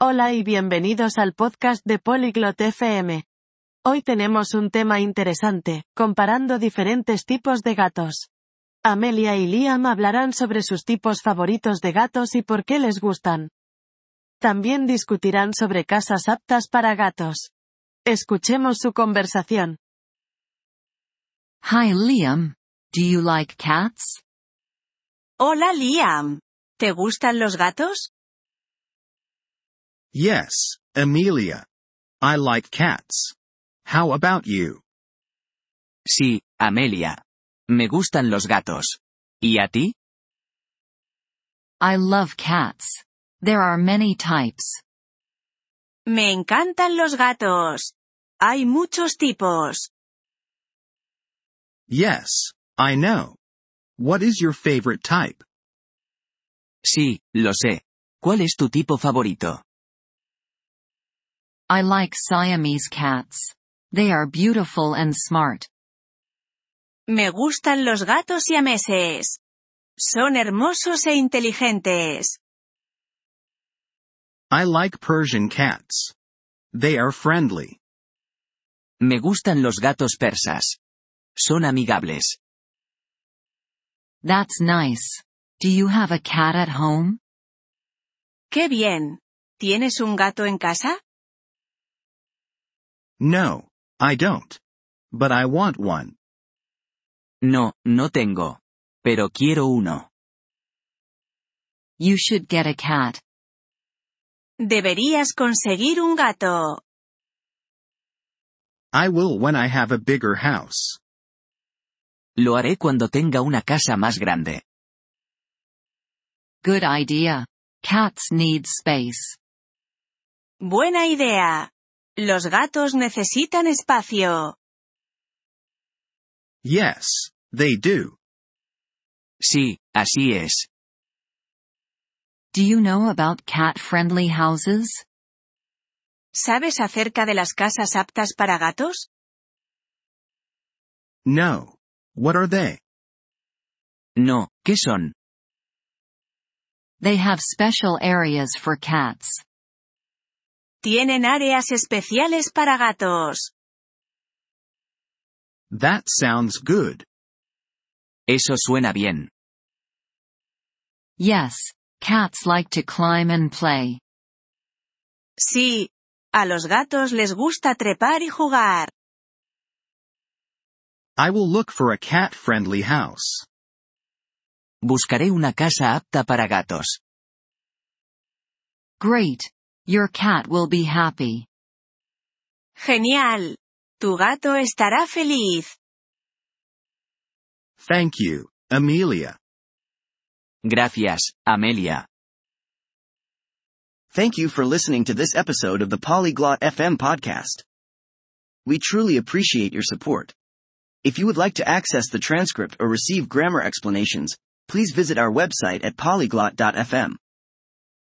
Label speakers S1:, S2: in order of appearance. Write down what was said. S1: Hola y bienvenidos al podcast de Polyglot FM. Hoy tenemos un tema interesante, comparando diferentes tipos de gatos. Amelia y Liam hablarán sobre sus tipos favoritos de gatos y por qué les gustan. También discutirán sobre casas aptas para gatos. Escuchemos su conversación.
S2: Hi Liam. Do you like cats?
S3: Hola Liam. ¿Te gustan los gatos?
S4: Yes, Amelia. I like cats. How about you?
S5: Sí, Amelia. Me gustan los gatos. ¿Y a ti?
S2: I love cats. There are many types.
S3: Me encantan los gatos. Hay muchos tipos.
S4: Yes, I know. What is your favorite type?
S5: Sí, lo sé. ¿Cuál es tu tipo favorito?
S2: I like Siamese cats. They are beautiful and smart.
S3: Me gustan los gatos siameses. Son hermosos e inteligentes.
S4: I like Persian cats. They are friendly.
S5: Me gustan los gatos persas. Son amigables.
S2: That's nice. Do you have a cat at home?
S3: ¡Qué bien! ¿Tienes un gato en casa?
S4: No, I don't. But I want one.
S5: No, no tengo. Pero quiero uno.
S2: You should get a cat.
S3: Deberías conseguir un gato.
S4: I will when I have a bigger house.
S5: Lo haré cuando tenga una casa más grande.
S2: Good idea. Cats need space.
S3: Buena idea. Los gatos necesitan espacio.
S4: Yes, they do.
S5: Sí, así es.
S2: Do you know about cat-friendly houses?
S3: ¿Sabes acerca de las casas aptas para gatos?
S4: No. What are they?
S5: No, ¿qué son?
S2: They have special areas for cats.
S3: Tienen áreas especiales para gatos.
S4: That sounds good.
S5: Eso suena bien.
S2: Yes, cats like to climb and play.
S3: Sí. A los gatos les gusta trepar y jugar.
S4: I will look for a cat-friendly house.
S5: Buscaré una casa apta para gatos.
S2: Great. Your cat will be happy.
S3: Genial. Tu gato estará feliz.
S4: Thank you, Amelia.
S5: Gracias, Amelia.
S6: Thank you for listening to this episode of the Polyglot FM podcast. We truly appreciate your support. If you would like to access the transcript or receive grammar explanations, please visit our website at polyglot.fm.